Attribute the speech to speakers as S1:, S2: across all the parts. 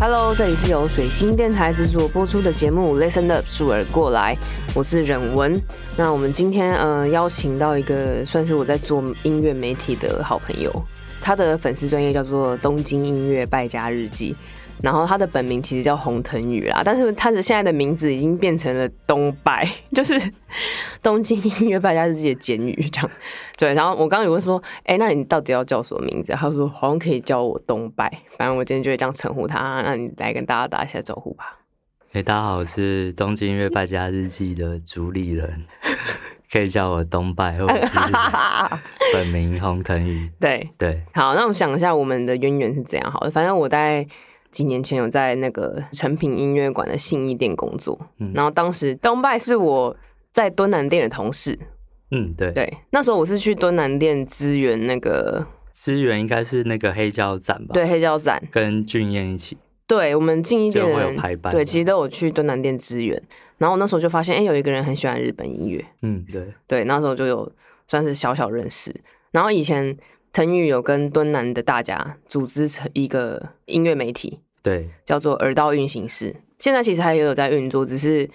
S1: Hello，这里是由水星电台制作播出的节目《Listen Up 数耳过来》，我是忍文。那我们今天呃邀请到一个算是我在做音乐媒体的好朋友，他的粉丝专业叫做东京音乐败家日记。然后他的本名其实叫洪腾宇啦，但是他的现在的名字已经变成了东拜， 就是东京音乐败家日记的简语这样。对，然后我刚刚有问说，哎，那你到底要叫什么名字？他说好像可以叫我东拜，反正我今天就会这样称呼他。那你来跟大家打一下招呼吧。
S2: 哎、大家好，我是东京音乐败家日记的主理人， 可以叫我东拜，或者是本名洪腾宇。
S1: 对，
S2: 对，
S1: 好，那我们想一下我们的渊源是怎样好了。反正我在几年前有在那个成品音乐馆的信义店工作，
S2: 嗯
S1: 然后当时东拜是我在敦南店的同事，
S2: 嗯，对，
S1: 对，那时候我是去敦南店支援那个
S2: 资源应该是那个黑胶展吧？
S1: 对，黑胶展，
S2: 跟俊彦一起。
S1: 对我们近一点
S2: 就
S1: 的
S2: 会有
S1: 人
S2: 排班
S1: 对，
S2: 的
S1: 其实都有去敦南店支援。然后我那时候就发现，哎、有一个人很喜欢日本音乐，
S2: 嗯，对，
S1: 对，那时候就有算是小小认识。然后以前腾宇有跟敦南的大家组织成一个音乐媒体，
S2: 对，
S1: 叫做耳道运行室，现在其实还有在运作，只是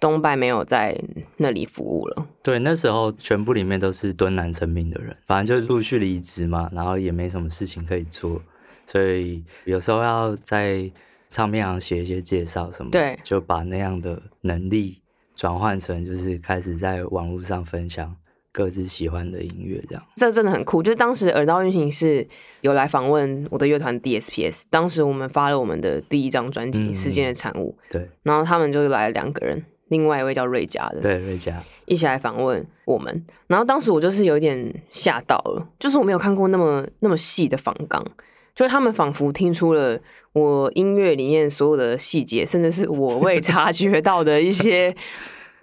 S1: 东拜没有在那里服务了。
S2: 对，那时候全部里面都是敦南成品的人，反正就陆续离职嘛，然后也没什么事情可以做，所以有时候要在唱片行写一些介绍什么，
S1: 对
S2: 就把那样的能力转换成就是开始在网络上分享各自喜欢的音乐这样。
S1: 这真的很酷，就是当时耳道运行是有来访问我的乐团 DSPS，当时我们发了我们的第一张专辑
S2: 嗯
S1: 《
S2: 嗯
S1: 时间的产物》，
S2: 对
S1: 然后他们就来了两个人，另外一位叫瑞佳的，
S2: 对，瑞佳，
S1: 一起来访问我们。然后当时我就是有点吓到了，就是我没有看过那么那么细的访纲，就是他们仿佛听出了我音乐里面所有的细节，甚至是我 未察觉到的一些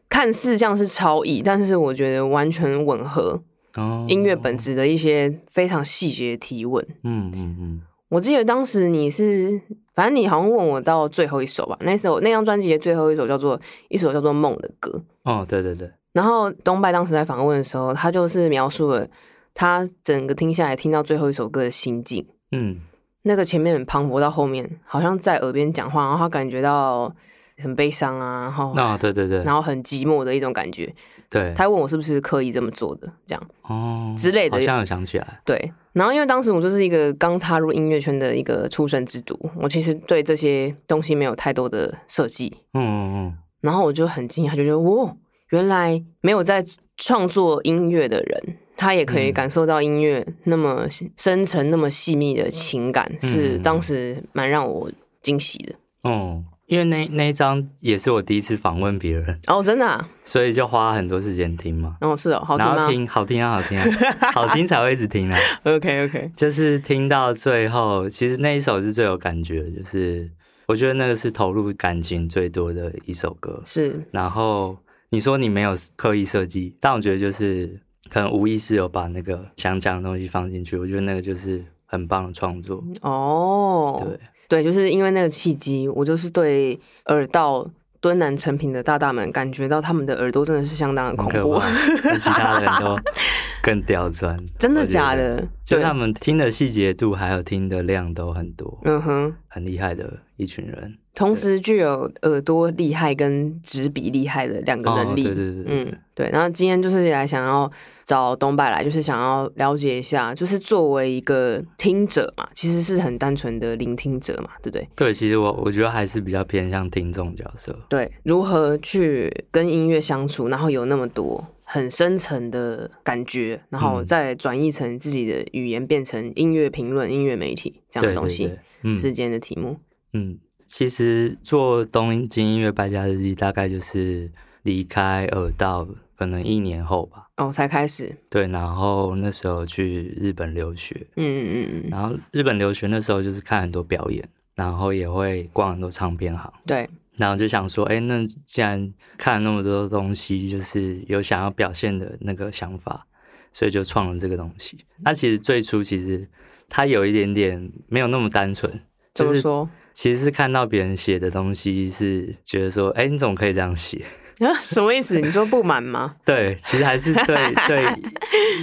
S1: 看似像是超意，但是我觉得完全吻合
S2: 哦，
S1: 音乐本，质的一些非常细节的提问。
S2: 嗯嗯嗯，
S1: 我记得当时你是，反正你好像问我到最后一首吧，那首那张专辑的最后一首叫做一首叫做《梦》的歌，
S2: 哦，对对对，
S1: 然后东拜当时在访问的时候，他就是描述了他整个听下来听到最后一首歌的心境。
S2: 嗯，
S1: 那个前面很磅礴，到后面好像在耳边讲话，然后他感觉到很悲伤啊，然后
S2: 哦，对对对，
S1: 然后很寂寞的一种感觉。
S2: 对，
S1: 他问我是不是刻意这么做的，这样
S2: 哦
S1: 之类的
S2: 好像有想起来，
S1: 对。然后因为当时我就是一个刚踏入音乐圈的一个出生之犊，我其实对这些东西没有太多的设计，
S2: 嗯嗯嗯，
S1: 然后我就很惊讶，就觉得哇，原来没有在创作音乐的人，他也可以
S2: 嗯
S1: 感受到音乐那么深层、那么细密的情感，是
S2: 嗯
S1: 当时蛮让我惊喜的。
S2: 哦，因为那那一张也是我第一次访问别人，
S1: 哦，真的、啊，
S2: 所以就花很多时间听嘛。
S1: 哦是哦，好听
S2: 然后
S1: 吗
S2: 听好听啊，好 听啊，好听才会一直听啊。
S1: ？OK OK，
S2: 就是听到最后，其实那一首是最有感觉的，就是我觉得那个是投入感情最多的一首歌。
S1: 是
S2: 然后你说你没有刻意设计，但我觉得就是可能无意识有把那个想讲的东西放进去，我觉得那个就是很棒的创作。
S1: 嗯哦，
S2: 对，
S1: 对，就是因为那个契机，我就是对耳道敦南成品的大大们感觉到他们的耳朵真的是相当的恐
S2: 很可
S1: 怖，
S2: 怕，比其他人都更刁钻。
S1: 真的
S2: 我觉得
S1: 假的？
S2: 就
S1: 对
S2: 他们听的细节度还有听的量都很多，
S1: 嗯哼。
S2: 很厉害的一群人。
S1: 同时具有耳朵厉害跟纸笔厉害的两个能力。
S2: 哦对对对对
S1: 嗯，对。然后今天就是来想要找东拜来，就是想要了解一下，就是作为一个听者嘛，其实是很单纯的聆听者嘛，对不对？
S2: 对，其实我我觉得还是比较偏向听众角色。
S1: 对，如何去跟音乐相处，然后有那么多很深层的感觉，然后
S2: 嗯
S1: 再转译成自己的语言，变成音乐评论、音乐媒体这样
S2: 对
S1: 的东西，
S2: 对对，嗯
S1: 是今天的题目。
S2: 嗯，其实做东京音乐败家日记大概就是离开耳道可能一年后吧。
S1: 哦，才开始，
S2: 对，然后那时候去日本留学，
S1: 嗯嗯嗯嗯，
S2: 然后日本留学那时候就是看很多表演，然后也会逛很多唱片行。
S1: 对，
S2: 然后就想说，哎，那既然看了那么多东西，就是有想要表现的那个想法，所以就创了这个东西。那其实最初其实它有一点点没有那么单纯，
S1: 怎
S2: 就
S1: 么
S2: 是
S1: 说？
S2: 其实是看到别人写的东西，是觉得说，哎，你怎么可以这样写？
S1: 啊，什么意思？你说不满吗？
S2: 对，其实还是对对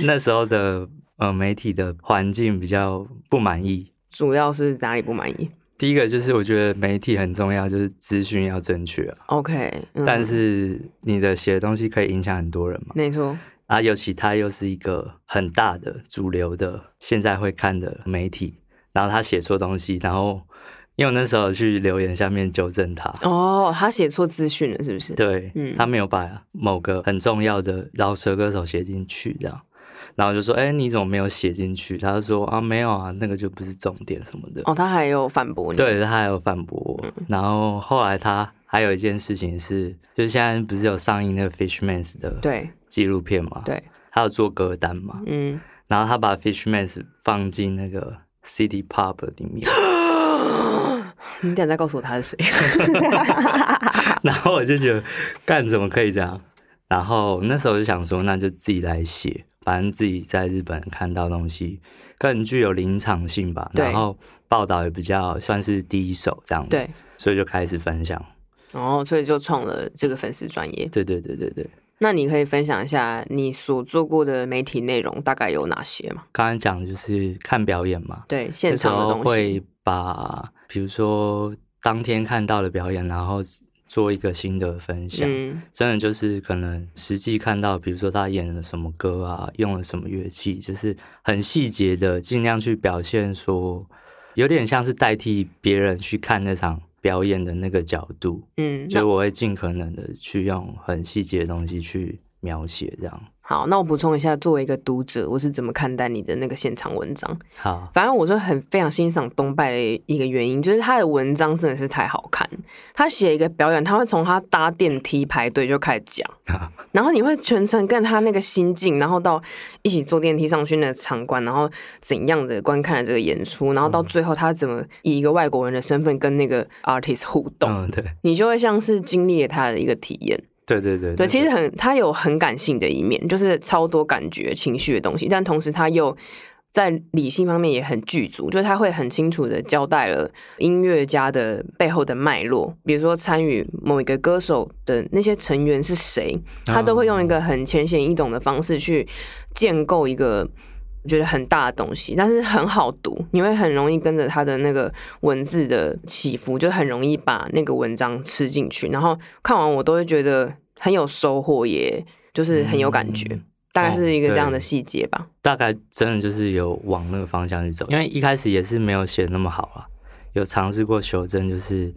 S2: 那时候的呃媒体的环境比较不满意。
S1: 主要是哪里不满意？
S2: 第一个就是我觉得媒体很重要，就是资讯要正确啊。
S1: OK，、嗯、
S2: 但是你的写的东西可以影响很多人嘛？
S1: 没错，
S2: 啊，尤其它又是一个很大的主流的现在会看的媒体，然后他写错东西，然后因为我那时候去留言下面纠正他，
S1: 哦，他写错资讯了，是不是？
S2: 对，
S1: 嗯
S2: 他没有把某个很重要的饶舌歌手写进去，这样，然后我就说，哎、你怎么没有写进去？他就说啊，没有啊，那个就不是重点什么的。
S1: 哦，嗯他还有反驳你，，
S2: 对，他还有反驳我。然后后来他还有一件事情是，就是现在不是有上映那个 Fishmans 的
S1: 对
S2: 纪录片嘛？，
S1: 对，
S2: 他有做歌单嘛？
S1: 嗯，
S2: 然后他把 Fishmans 放进那个 City Pop 里面，
S1: 你等一下再告诉我他是谁。
S2: 然后我就觉得，干怎么可以这样？然后那时候就想说，那就自己来写，反正自己在日本看到东西更具有临场性吧，
S1: 对
S2: 然后报道也比较算是第一手这样子，
S1: 对，
S2: 所以就开始分享。
S1: 然后所以就创了这个粉丝专业。
S2: 对对对对对。
S1: 那你可以分享一下你所做过的媒体内容大概有哪些吗？
S2: 刚刚讲的就是看表演嘛，
S1: 对，现场
S2: 那时
S1: 的东
S2: 候
S1: 西
S2: 会。把比如说当天看到的表演，然后做一个心得分享。
S1: 嗯，
S2: 真的就是可能实际看到，比如说他演了什么歌啊，用了什么乐器，就是很细节的，尽量去表现说，有点像是代替别人去看那场表演的那个角度，
S1: 嗯，
S2: 所以
S1: 那
S2: 我会尽可能的去用很细节的东西去描写，这样。
S1: 好，那我补充一下，作为一个读者，我是怎么看待你的那个现场文章？
S2: 好，
S1: 反正我就很非常欣赏东拜的一个原因，就是他的文章真的是太好看。他写一个表演，他会从他搭电梯排队就开始讲，然后你会全程跟他那个心境，然后到一起坐电梯上去那个场馆，然后怎样的观看了这个演出，然后到最后他怎么以一个外国人的身份跟那个 artist 互动，
S2: 嗯，对，
S1: 你就会像是经历了他的一个体验。
S2: 对对对，
S1: 对，
S2: 那
S1: 其
S2: 个
S1: 实很，他有很感性的一面，就是超多感觉、情绪的东西，但同时他又在理性方面也很具足，就是他会很清楚的交代了音乐家的背后的脉络，比如说参与某一个歌手的那些成员是谁，
S2: 嗯
S1: 他都会用一个很浅显易懂的方式去建构一个。我觉得很大的东西，但是很好读，你会很容易跟着他的那个文字的起伏，就很容易把那个文章吃进去。然后看完我都会觉得很有收获耶，就是很有感觉，
S2: 嗯
S1: 大概是一个
S2: 哦
S1: 这样的
S2: 对
S1: 细节吧。
S2: 大概真的就是有往那个方向去走，因为一开始也是没有写那么好啊，有尝试过修正，就是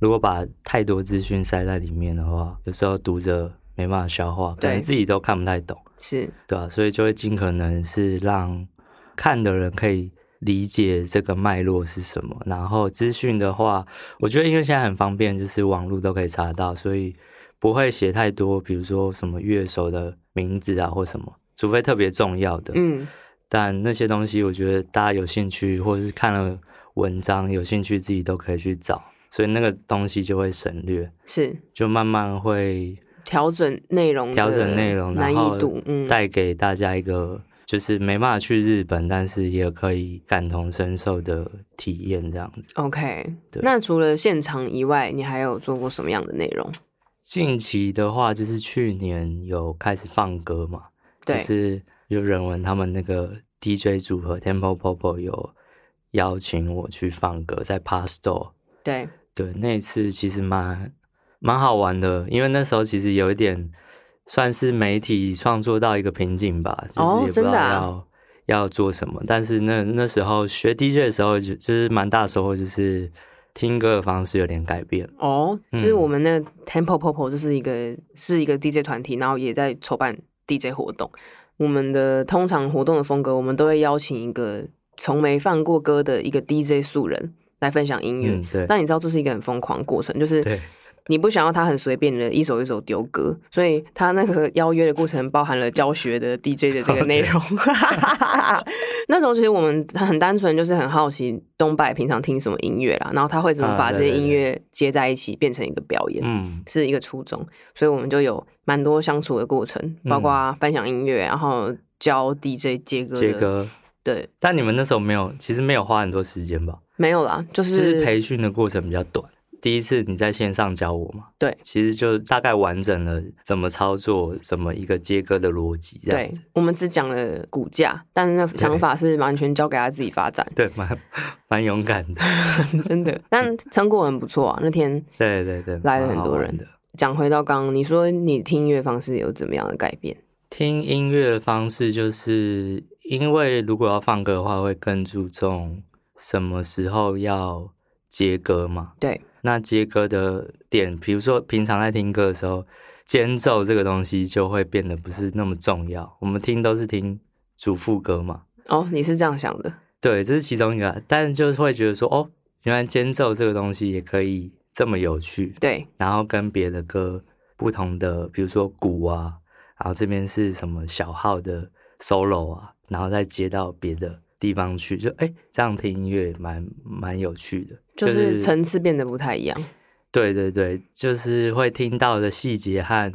S2: 如果把太多资讯塞在里面的话，有时候读者没办法消化，可能
S1: 对
S2: 自己都看不太懂，
S1: 是，
S2: 对啊，所以就会尽可能是让看的人可以理解这个脉络是什么。然后资讯的话，我觉得因为现在很方便，就是网络都可以查到，所以不会写太多，比如说什么乐手的名字啊或什么，除非特别重要的。
S1: 嗯，
S2: 但那些东西，我觉得大家有兴趣，或者是看了文章有兴趣，自己都可以去找，所以那个东西就会省略，
S1: 是
S2: 就慢慢会
S1: 调整内容的
S2: 调整内
S1: 嗯
S2: 容，
S1: 难
S2: 然后
S1: 易度，嗯，
S2: 带给大家一个就是没办法去日本，但是也可以感同身受的体验，这样子。
S1: OK。
S2: 对
S1: 那除了现场以外，你还有做过什么样的内容？
S2: 近期的话，就是去年有开始放歌嘛，
S1: 对，
S2: 就是就人文他们那个 DJ 组合 Temple Popo 有邀请我去放歌，在 Pasto。
S1: 对，
S2: 对，那一次其实蛮蛮好玩的，因为那时候其实有一点算是媒体创作到一个瓶颈吧，就是
S1: 哦
S2: 也不知
S1: 真
S2: 道
S1: 的啊
S2: 要、要做什么。但是那那时候学 DJ 的时候就，就是蛮大收获，就是听歌的方式有点改变。
S1: 哦，就是
S2: 嗯
S1: 我们那 Temple Popo 就是一个是一个 DJ 团体，然后也在筹办 DJ 活动。我们的通常活动的风格，我们都会邀请一个从没放过歌的一个 DJ 素人来分享音乐。
S2: 嗯，对，
S1: 那你知道这是一个很疯狂的过程，就是
S2: 对
S1: 你不想要他很随便的一首一首丢歌，所以他那个邀约的过程包含了教学的 DJ 的这个内容。 那时候其实我们很单纯，就是很好奇东拜平常听什么音乐啦，然后他会怎么
S2: 啊
S1: 把这
S2: 对
S1: 些
S2: 对
S1: 音
S2: 对
S1: 乐接在一起，变成一个表演。
S2: 嗯，
S1: 是一个初衷，所以我们就有蛮多相处的过程，包括
S2: 嗯
S1: 分享音乐，然后教 DJ 接歌。
S2: 杰，哥。
S1: 对，
S2: 但你们那时候没有，其实没有花很多时间吧？
S1: 没有啦，就
S2: 就是
S1: 是
S2: 培训的过程比较短。第一次你在线上教我嘛，
S1: 对
S2: 其实就大概完整了怎么操作，怎么一个切割的逻辑这样
S1: 对
S2: 子。，
S1: 我们只讲了骨架，但那想法是完全交给他自己发展，
S2: 对，蛮蛮勇敢的，
S1: 真的。但成果很不错啊，那天
S2: 对对对，
S1: 来了
S2: 蛮
S1: 很
S2: 好
S1: 多
S2: 玩
S1: 人
S2: 的。
S1: 讲回到刚刚，你说你听音乐方式有怎么样的改变？
S2: 听音乐的方式，就是因为如果要放歌的话，会更注重什么时候要接歌嘛。
S1: 对，
S2: 那接歌的点，比如说平常在听歌的时候，间奏这个东西就会变得不是那么重要。我们听都是听主副歌嘛，
S1: 哦，你是这样想的，
S2: 对，这是其中一个啊。但就是会觉得说，哦，原来间奏这个东西也可以这么有趣。
S1: 对
S2: 然后跟别的歌不同的，比如说鼓啊，然后这边是什么小号的 solo 啊，然后再接到别的地方去，就哎、这样听音乐蛮蛮有趣的，
S1: 就是层次变得不太一样。
S2: 对对对，就是会听到的细节和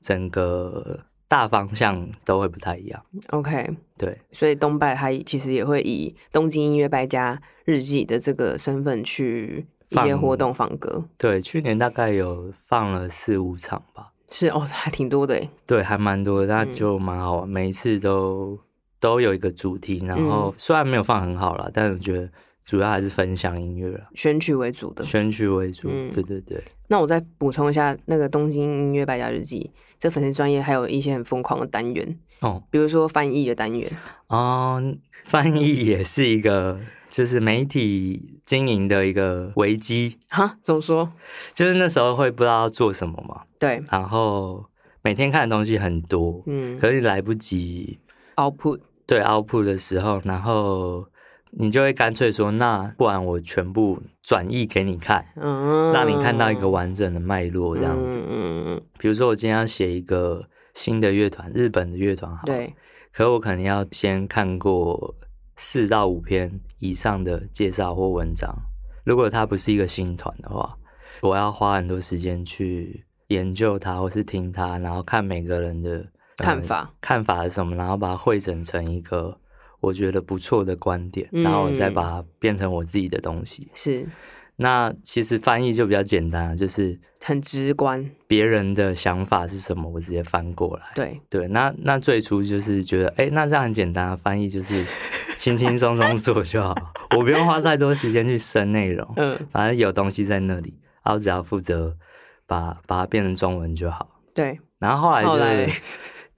S2: 整个大方向都会不太一样，
S1: OK，
S2: 对
S1: 所以东拜他其实也会以东京音乐败家日记的这个身份去一些
S2: 放
S1: 活动放歌，
S2: 对，去年大概有放了四五场吧，
S1: 是哦，还挺多的耶。
S2: 对，还蛮多的，那
S1: 嗯
S2: 就蛮好玩。每一次都都有一个主题，然后
S1: 嗯
S2: 虽然没有放很好啦，但我觉得主要还是分享音乐啦，
S1: 选曲为主的，
S2: 选曲为主。
S1: 嗯
S2: 对对对，
S1: 那我再补充一下，那个东京音乐败家日记这粉丝专业还有一些很疯狂的单元，
S2: 哦
S1: 比如说翻译的单元，
S2: 哦，翻译也是一个，就是媒体经营的一个危机，
S1: 哈，怎么说？
S2: 就是那时候会不知道要做什么嘛，
S1: 对，
S2: 然后每天看的东西很多，
S1: 嗯
S2: 可是来不及
S1: ，output，
S2: 对 output 的时候，然后你就会干脆说，那不然我全部转译给你看，
S1: 嗯，
S2: 让你看到一个完整的脉络这样子。
S1: 嗯嗯嗯，
S2: 比如说，我今天要写一个新的乐团，日本的乐团好，，
S1: 对，
S2: 可我可能要先看过四到五篇以上的介绍或文章。如果它不是一个新团的话，我要花很多时间去研究它，或是听它，然后看每个人的、呃
S1: 看法，
S2: 看法是什么，然后把它汇整成一个我觉得不错的观点，然后我再
S1: 嗯
S2: 把它变成我自己的东西。
S1: 是
S2: 那其实翻译就比较简单，就是
S1: 很直观，
S2: 别人的想法是什么，我直接翻过来。
S1: 对，
S2: 对，那那最初就是觉得，哎、那这样很简单啊，翻译就是轻轻松松做就好，我不用花太多时间去生内容，
S1: 嗯，
S2: 反正有东西在那里，然后只要负责把把它变成中文就好。
S1: 对，
S2: 然后后来就
S1: 后来
S2: 是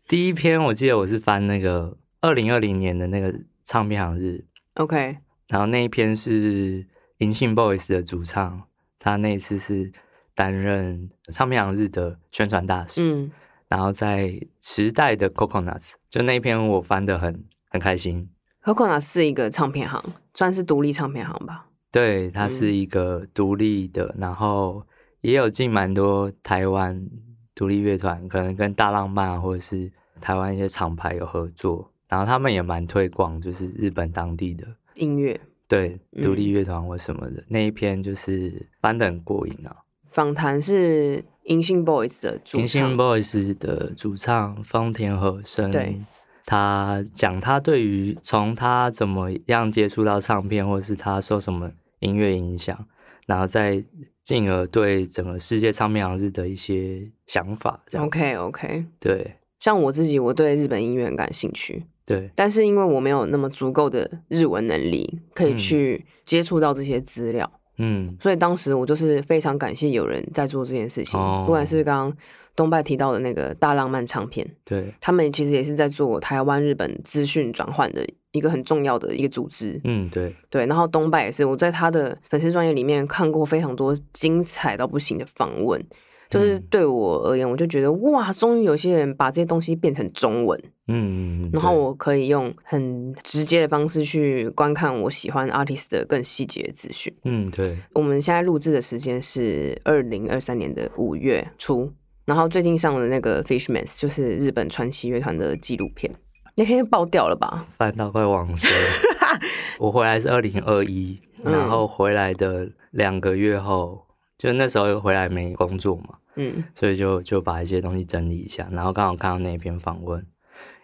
S2: 第一篇，我记得我是翻那个二零二零年的那个唱片行日，
S1: OK，
S2: 然后那一篇是银杏 boys 的主唱，他那一次是担任唱片行日的宣传大使，
S1: 嗯，
S2: 然后在时代的 coconuts，就那一篇我翻的很很开心。
S1: Coconut 是一个唱片行，算是独立唱片行吧。
S2: 对，它是一个独立的，然后也有进蛮多台湾独立乐团，可能跟大浪漫啊，或者是台湾一些厂牌有合作，然后他们也蛮推广就是日本当地的
S1: 音乐
S2: 对独立
S1: 嗯
S2: 乐团或什么的。那一篇就是翻的很过瘾啊。
S1: 访谈是银杏 Boys 的主
S2: 银
S1: 唱
S2: 杏 Boys 的主唱丰田和声，
S1: 对，
S2: 他讲他对于从他怎么样接触到唱片，或是他受什么音乐影响，然后再进而对整个世界唱片行业的一些想法，这样
S1: OK OK，
S2: 对
S1: 像我自己，我对日本音乐很感兴趣，
S2: 对
S1: 但是因为我没有那么足够的日文能力，可以去接触到这些资料，
S2: 嗯
S1: 所以当时我就是非常感谢有人在做这件事情，
S2: 哦
S1: 不管是刚刚东拜提到的那个大浪漫唱片，
S2: 对
S1: 他们其实也是在做台湾日本资讯转换的一个很重要的一个组织，
S2: 嗯对
S1: 对，然后东拜也是，我在他的粉丝专业里面看过非常多精彩到不行的访问，就是
S2: 嗯
S1: 对我而言，我就觉得哇，终于有些人把这些东西变成中文，
S2: 嗯，嗯
S1: 然后
S2: 对
S1: 我可以用很直接的方式去观看我喜欢 artist 的更细节的资讯。
S2: 嗯对
S1: 我们现在录制的时间是二零二三年的五月初，然后最近上的那个 Fishmans 就是日本传奇乐团的纪录片，那天爆掉了吧？
S2: 翻到快忘神 了，我回来是二零二一，然
S1: 嗯
S2: 后回来的两个月后，就那时候回来没工作嘛。
S1: 嗯，
S2: 所以就就把一些东西整理一下，然后刚好看到那一篇访问，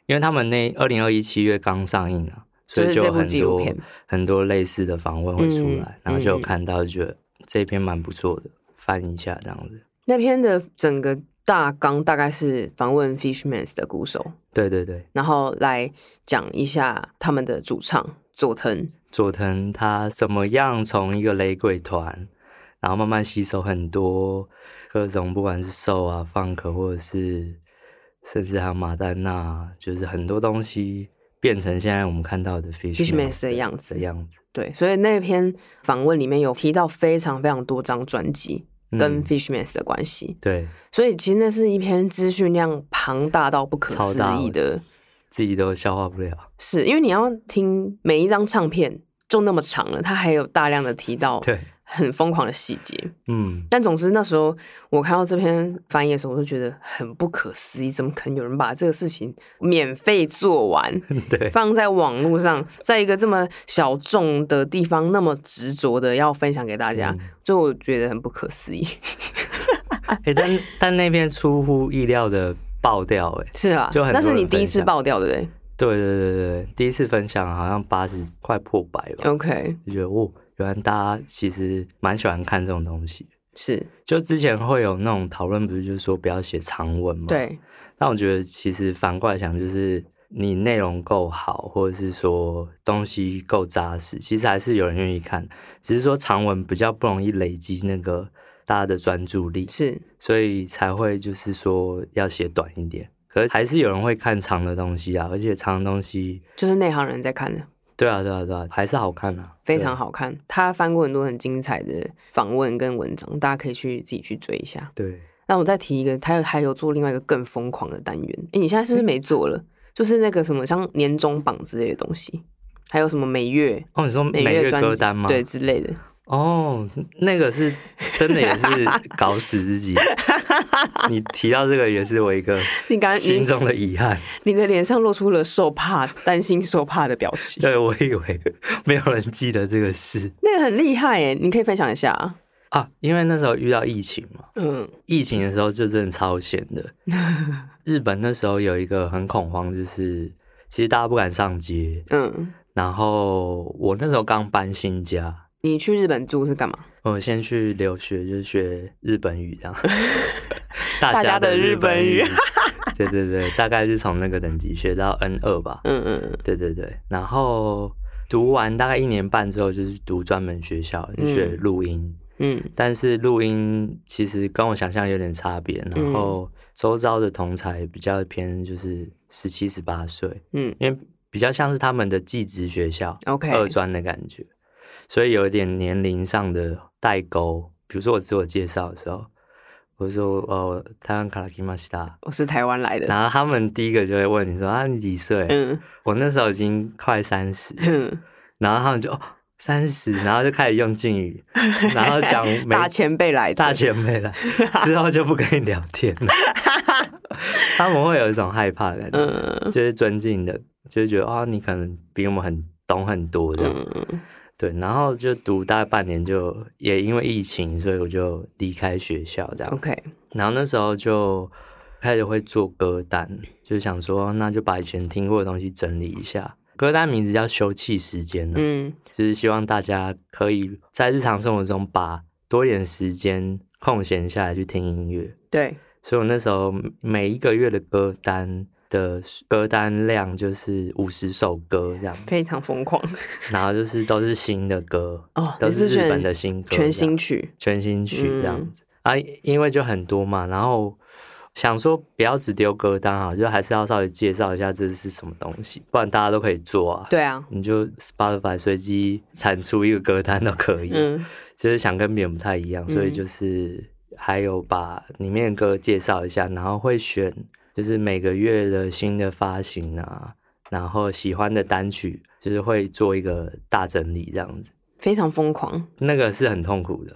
S2: 因为他们那二零二一七月刚上映啊，所
S1: 就
S2: 以
S1: 是这部
S2: 很
S1: 纪录
S2: 多
S1: 片
S2: 很多类似的访问会出来，
S1: 嗯
S2: 然后就有
S1: 嗯嗯
S2: 看到就觉得这篇蛮不错的，翻一下这样子。
S1: 那篇的整个大纲大概是访问 Fishmans 的鼓手，
S2: 对对对，
S1: 然后来讲一下他们的主唱佐藤。
S2: 佐藤他怎么样从一个雷鬼团，然后慢慢吸收很多各种，不管是 soul 啊、funk 或者是甚至还有马丹娜，就是很多东西变成现在我们看到的
S1: Fishmans 的样子
S2: 的样子。
S1: 对，所以那篇访问里面有提到非常非常多张专辑跟
S2: 嗯
S1: Fishmans 的关系，
S2: 对
S1: 所以其实那是一篇资讯量庞大到不可
S2: 超
S1: 思
S2: 大
S1: 议的，
S2: 自己都消化不了。
S1: 是因为你要听每一张唱片就那么长了，它还有大量的提到
S2: 对，
S1: 很疯狂的细节。
S2: 嗯，
S1: 但总之那时候我看到这篇翻译的时候，我就觉得很不可思议，怎么可能有人把这个事情免费做完？
S2: 对，
S1: 放在网络上，在一个这么小众的地方，那么执着的要分享给大家，
S2: 嗯
S1: 就我觉得很不可思议，
S2: 哎、但但那边出乎意料的爆掉、哎，
S1: 是啊，
S2: 就很
S1: 那
S2: 多
S1: 是你
S2: 人
S1: 第一
S2: 分
S1: 次
S2: 享
S1: 爆掉的对
S2: 对对对对，第一次分享好像八十快破百吧，
S1: ，OK，
S2: 就觉得哦，原来大家其实蛮喜欢看这种东西。
S1: 是
S2: 就之前会有那种讨论，不是就是说不要写长文嘛？。
S1: 对，
S2: 但我觉得其实反过来想，就是你内容够好，或者是说东西够扎实，其实还是有人愿意看。只是说长文比较不容易累积那个大家的专注力，
S1: 是
S2: 所以才会就是说要写短一点。可是还是有人会看长的东西啊，而且长的东西，
S1: 就是内行人在看的，
S2: 对啊，对啊，对啊，还是好看啊，
S1: 非
S2: 对
S1: 常。好看。他翻过很多很精彩的访问跟文章，大家可以去自己去追一下。
S2: 对，
S1: 那我再提一个，他还有做另外一个更疯狂的单元，诶，你现在是不是没做了？就是那个什么像年终榜之类的东西，还有什么每月。
S2: 哦，你说每
S1: 每
S2: 月
S1: 专
S2: 歌
S1: 辑
S2: 单吗？
S1: 对之类的，
S2: 哦，那个 是真的也是搞死自己。你提到这个也是我一个
S1: 你刚
S2: 心
S1: 你
S2: 中的遗 憾。
S1: 你的脸上露出了受怕、担心、受怕的表情。
S2: 对，我以为 没有人记得这个事
S1: 那个很厉害耶，你可以分享一下啊。
S2: 啊，因为那时候遇到疫情嘛，
S1: 嗯，
S2: 疫情的时候就真的超闲 的。日本那时候有一个很恐慌，就是其实大家不敢上街。
S1: 嗯，
S2: 然后我那时候刚搬新家，
S1: 你去日本住是干嘛？
S2: 我先去留学，就是学日本语这 样，
S1: 大家的日本语。
S2: 对对对，大概是从那个等级学到 N 二吧。
S1: 嗯嗯
S2: 对对对，然后读完大概一年半之后，就是读专门学校，就学
S1: 嗯
S2: 录音。
S1: 嗯
S2: 但是录音其实跟我想象有点差别，
S1: 嗯
S2: 然后周遭的同才比较偏就是十七十八岁，
S1: 嗯
S2: 因为比较像是他们的技职学校，
S1: ，OK，
S2: 二专的感觉，所以有一点年龄上的代沟。比如说我自我介绍的时候，我就说哦，台湾卡拉基马西达，
S1: 我是台湾来的。
S2: 然后他们第一个就会问你说啊你几岁？
S1: 嗯
S2: 我那时候已经快三十，
S1: 嗯，
S2: 然后他们就哦三十然后就开始用 敬语，然后讲每
S1: 大前辈来
S2: 大
S1: 着。
S2: 前辈了，之后就不跟你聊天 了，他们会有一种害怕的感觉，
S1: 嗯
S2: 就是尊敬的，就是觉得哦你可能比我们很懂很多这样。
S1: 嗯
S2: 对，然后就读大概半年就，也因为疫情，所以我就离开学校这样。
S1: ，OK，
S2: 然后那时候就开始会做歌单，就是想说那就把以前听过的东西整理一下。歌单名字叫“休憩时间”呢，
S1: 嗯
S2: 就是希望大家可以在日常生活中把多一点时间空闲下来去听音乐。
S1: 对，
S2: 所以我那时候每一个月的歌单的歌单量就是五十首歌这样子
S1: 非常疯狂
S2: 然后就是都是新的歌，
S1: 哦
S2: 都是
S1: 你是
S2: 日
S1: 选
S2: 本的新歌这样，
S1: 全新嗯曲。
S2: 全新曲这样子、啊，因为就很多嘛，然后想说不要只丢歌单啊，就还是要稍微介绍一下这是什么东西，不然大家都可以做啊。
S1: 对啊，
S2: 你就 Spotify 随机产出一个歌单都可以，
S1: 嗯
S2: 就是想跟别人不太一样，所以
S1: 嗯
S2: 就是还有把里面的歌介绍一下，然后会选就是每个月的新的发行啊，然后喜欢的单曲，就是会做一个大整理这样子。
S1: 非常疯狂。
S2: 那个是很 痛苦的，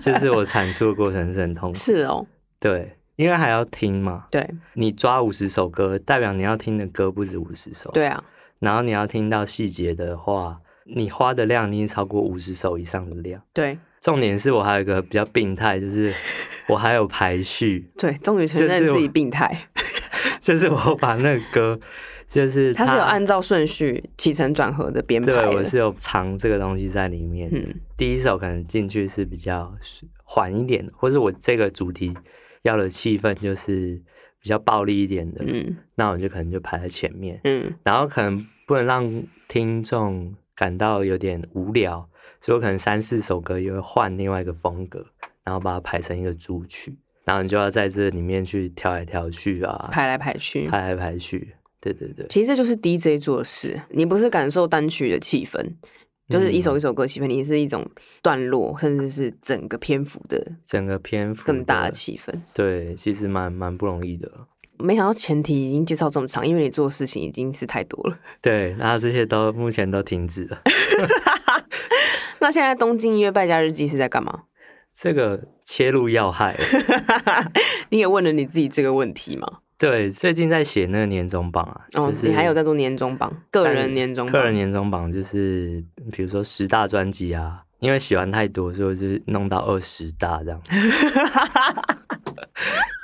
S2: 就是我产出的过程是很痛苦，
S1: 是哦，
S2: 对，因为还要听嘛，
S1: 对
S2: 你抓五十首歌，代表你要听的歌不止五十首，
S1: 对，啊，
S2: 然后你要听到细节的话，你花的量一定超过五十首以上的量。
S1: 对
S2: 重点是我还有一个比较病态，就是我还有排序，
S1: 对，终于承认
S2: 这是我
S1: 自己病态。
S2: 就是我把那个歌，就是
S1: 它是有按照顺序起承转合的编排
S2: 对
S1: 的。
S2: 我是有藏这个东西在里面。
S1: 嗯
S2: 第一首可能进去是比较缓一点的，或是我这个主题要的气氛就是比较暴力一点的，
S1: 嗯
S2: 那我就可能就排在前面，
S1: 嗯
S2: 然后可能不能让听众感到有点无聊，所以我可能三四首歌也会换另外一个风格，然后把它排成一个主曲，然后你就要在这里面去挑来挑去啊，
S1: 排来排去。
S2: 排来排去，对对对，
S1: 其实这就是 DJ 做的事，你不是感受单曲的气氛，
S2: 嗯
S1: 就是一首一首歌的气氛，你是一种段落，甚至是整个篇幅的
S2: 整个篇幅
S1: 更大的
S2: 的
S1: 气氛。
S2: 对，其实蛮蛮不容易的。
S1: 没想到前提已经介绍这么长，因为你做的事情已经是太多了。
S2: 对，然后这些都目前都停止了。
S1: 那现在东京音乐败家日记是在干嘛？
S2: 这个切入要害，
S1: 你也问了你自己这个问题吗？
S2: 对，最近在写那个年终榜啊，就
S1: 哦，
S2: 是、
S1: 你还有在做年终榜，个人年终榜，
S2: 个人年终榜就是比如说十大专辑啊，因为喜欢太多，所以我就是弄到二十大这样。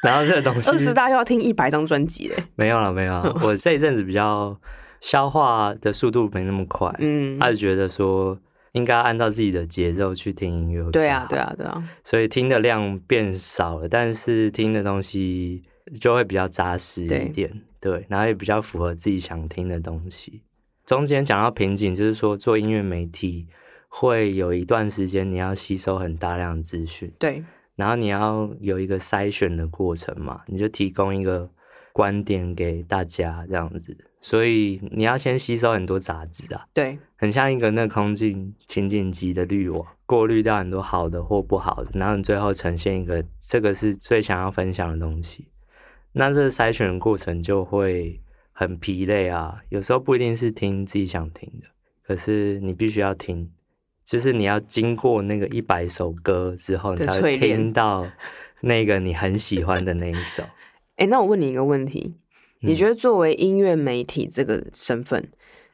S2: 然后这个东西
S1: 二十大又哦要听一百张专辑嘞。
S2: 没有了，没有了。我这一阵子比较消化的速度没那么快，
S1: 嗯，
S2: 他就觉得说应该按照自己的节奏去听音乐。
S1: 对啊，对，啊，对啊，
S2: 所以听的量变少了，但是听的东西就会比较扎实一点，对，然后也比较符合自己想听的东西。中间讲到瓶颈，就是说做音乐媒体会有一段时间你要吸收很大量的资讯，
S1: 对，
S2: 然后你要有一个筛选的过程嘛，你就提供一个观点给大家这样子，所以你要先吸收很多杂质啊，
S1: 对，
S2: 很像一个那空镜情景机的滤网，过滤掉很多好的或不好的，然后你最后呈现一个这个是最想要分享的东西。那这个筛选的过程就会很疲累啊，有时候不一定是听自己想听的，可是你必须要听，就是你要经过那个一百首歌之后，
S1: 的
S2: 你才会
S1: 淬炼
S2: 听到那个你很喜欢的那一首。
S1: 哎，那我问你一个问题，你觉得作为音乐媒体这个身份，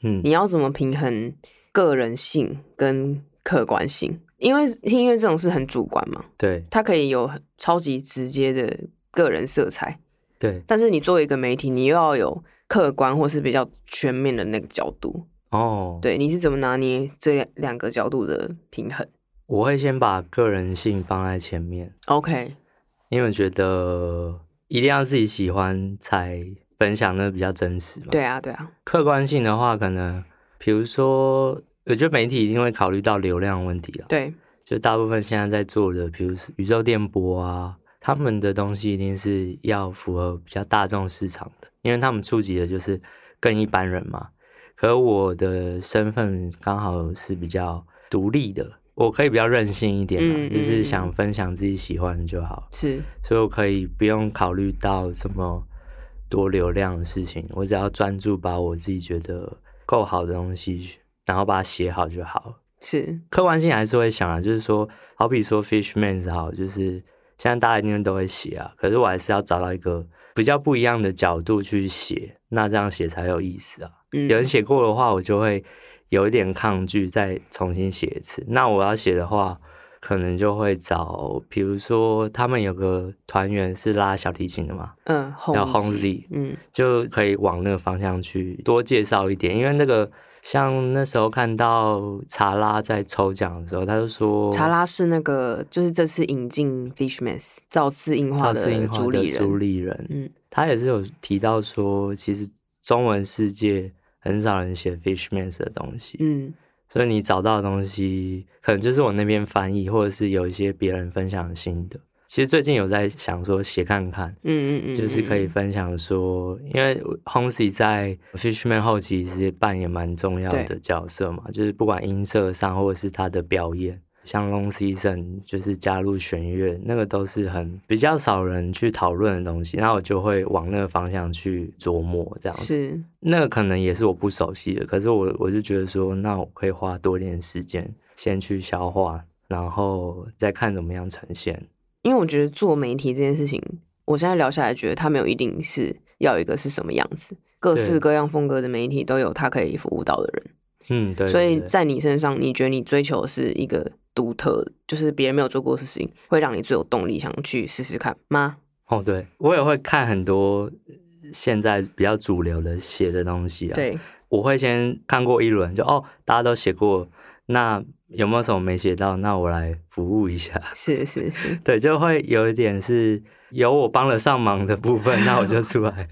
S2: 嗯
S1: 你要怎么平衡个人性跟客观性？因为听音乐这种事很主观嘛，
S2: 对
S1: 它可以有超级直接的个人色彩，
S2: 对
S1: 但是你作为一个媒体，你又要有客观或是比较全面的那个角度。
S2: 哦，
S1: 对，你是怎么拿捏这两个角度的平衡
S2: 我会先把个人性放在前面。
S1: ？OK，
S2: 嗯因为我觉得一定要自己喜欢才分享的比较真实嘛。，
S1: 对啊，对啊，
S2: 客观性的话，可能比如说，我觉得媒体一定会考虑到流量问题啊。
S1: 对，
S2: 就大部分现在在做的，比如是宇宙电波啊，他们的东西一定是要符合比较大众市场的，因为他们触及的就是更一般人嘛。可我的身份刚好是比较独立的，我可以比较任性一点啊，
S1: 嗯
S2: 就是
S1: 嗯
S2: 想
S1: 嗯
S2: 分享自己喜欢的就好。
S1: 是，
S2: 所以我可以不用考虑到什么多流量的事情，我只要专注把我自己觉得够好的东西，然后把它写好就好了。
S1: 是，
S2: 客观性还是会想啊，就是说，好比说 Fishman's 好，就是现在大家一定都会写啊，可是我还是要找到一个比较不一样的角度去写，那这样写才有意思啊。
S1: 嗯，
S2: 有人写过的话，我就会有一点抗拒，再重新写一次。那我要写的话，可能就会找，比如说他们有个团员是拉小提琴的嘛，
S1: 嗯，红
S2: 叫
S1: 字
S2: Honzi，
S1: 嗯，
S2: 就可以往那个方向去多介绍一点，因为那个。像那时候看到查拉在抽奖的时候，他就说
S1: 查拉是那个就是这次引进 Fishmans 造次硬化
S2: 赵四
S1: 的
S2: 英华
S1: 主理
S2: 的主
S1: 人，
S2: 理人，
S1: 嗯，
S2: 他也是有提到说，其实中文世界很少人写 Fishmans 的东西，
S1: 嗯，
S2: 所以你找到的东西，可能就是我那边翻译，或者是有一些别人分享的心得。其实最近有在想说写看看，
S1: 嗯嗯嗯，
S2: 就是可以分享说，因为 Honsi 在 Fishman 后期其实扮演蛮重要的
S1: 对
S2: 角色嘛，就是不管音色上或者是他的表演，像 Long Season 就是加入弦乐，那个都是很比较少人去讨论的东西，那我就会往那个方向去琢磨这样子。
S1: 是，
S2: 那个可能也是我不熟悉的，可是我我就觉得说，那我可以花多一点时间先去消化，然后再看怎么样呈现。
S1: 因为我觉得做媒体这件事情，我现在聊下来觉得它没有一定是要一个是什么样子，各式
S2: 对
S1: 各样风格的媒体都有它可以服务到的人，
S2: 嗯，对
S1: 所
S2: 对
S1: 以
S2: 对
S1: 在你身上，你觉得你追求的是一个独特，就是别人没有做过的事情，会让你最有动力想去试试看吗？
S2: 哦，对我也会看很多现在比较主流的写的东西啊，，
S1: 对，
S2: 我会先看过一轮，就哦，大家都写过，那有没有什么没写到？那我来服务一下。
S1: 是是是，
S2: 对，就会有一点是有我帮得上忙的部分，那我就出 来。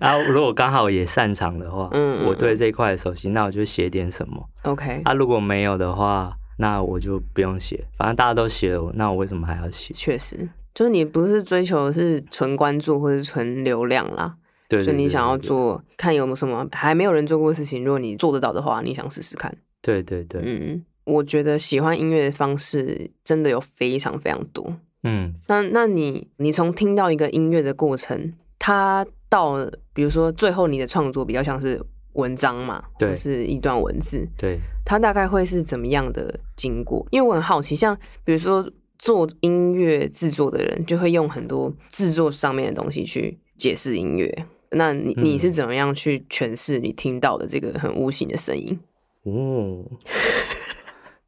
S2: 然后如果刚好也擅长的话，
S1: 嗯嗯
S2: 我对这一块熟悉，那我就写点什么。
S1: OK，
S2: 啊，如果没有的话，那我就不用写，反正大家都写了，那我为什么还要写？
S1: 确实，就是你不是追求的是纯关注或者纯流量啦，
S2: 对对
S1: 就你
S2: 对
S1: 想要
S2: 对
S1: 做，看有没有什么还没有人做过的事情，如果你做得到的话，你想试试看。
S2: 对对对，
S1: 嗯，我觉得喜欢音乐的方式真的有非常非常多。
S2: 嗯
S1: 那那你你从听到一个音乐的过程，它到比如说最后你的创作比较像是文章嘛，
S2: 对
S1: 或是一段文字，
S2: 对，
S1: 它大概会是怎么样的经过？因为我很好奇，像比如说做音乐制作的人，就会用很多制作上面的东西去解释音乐。那你
S2: 嗯
S1: 你是怎么样去诠释你听到的这个很无形的声音？
S2: 哦，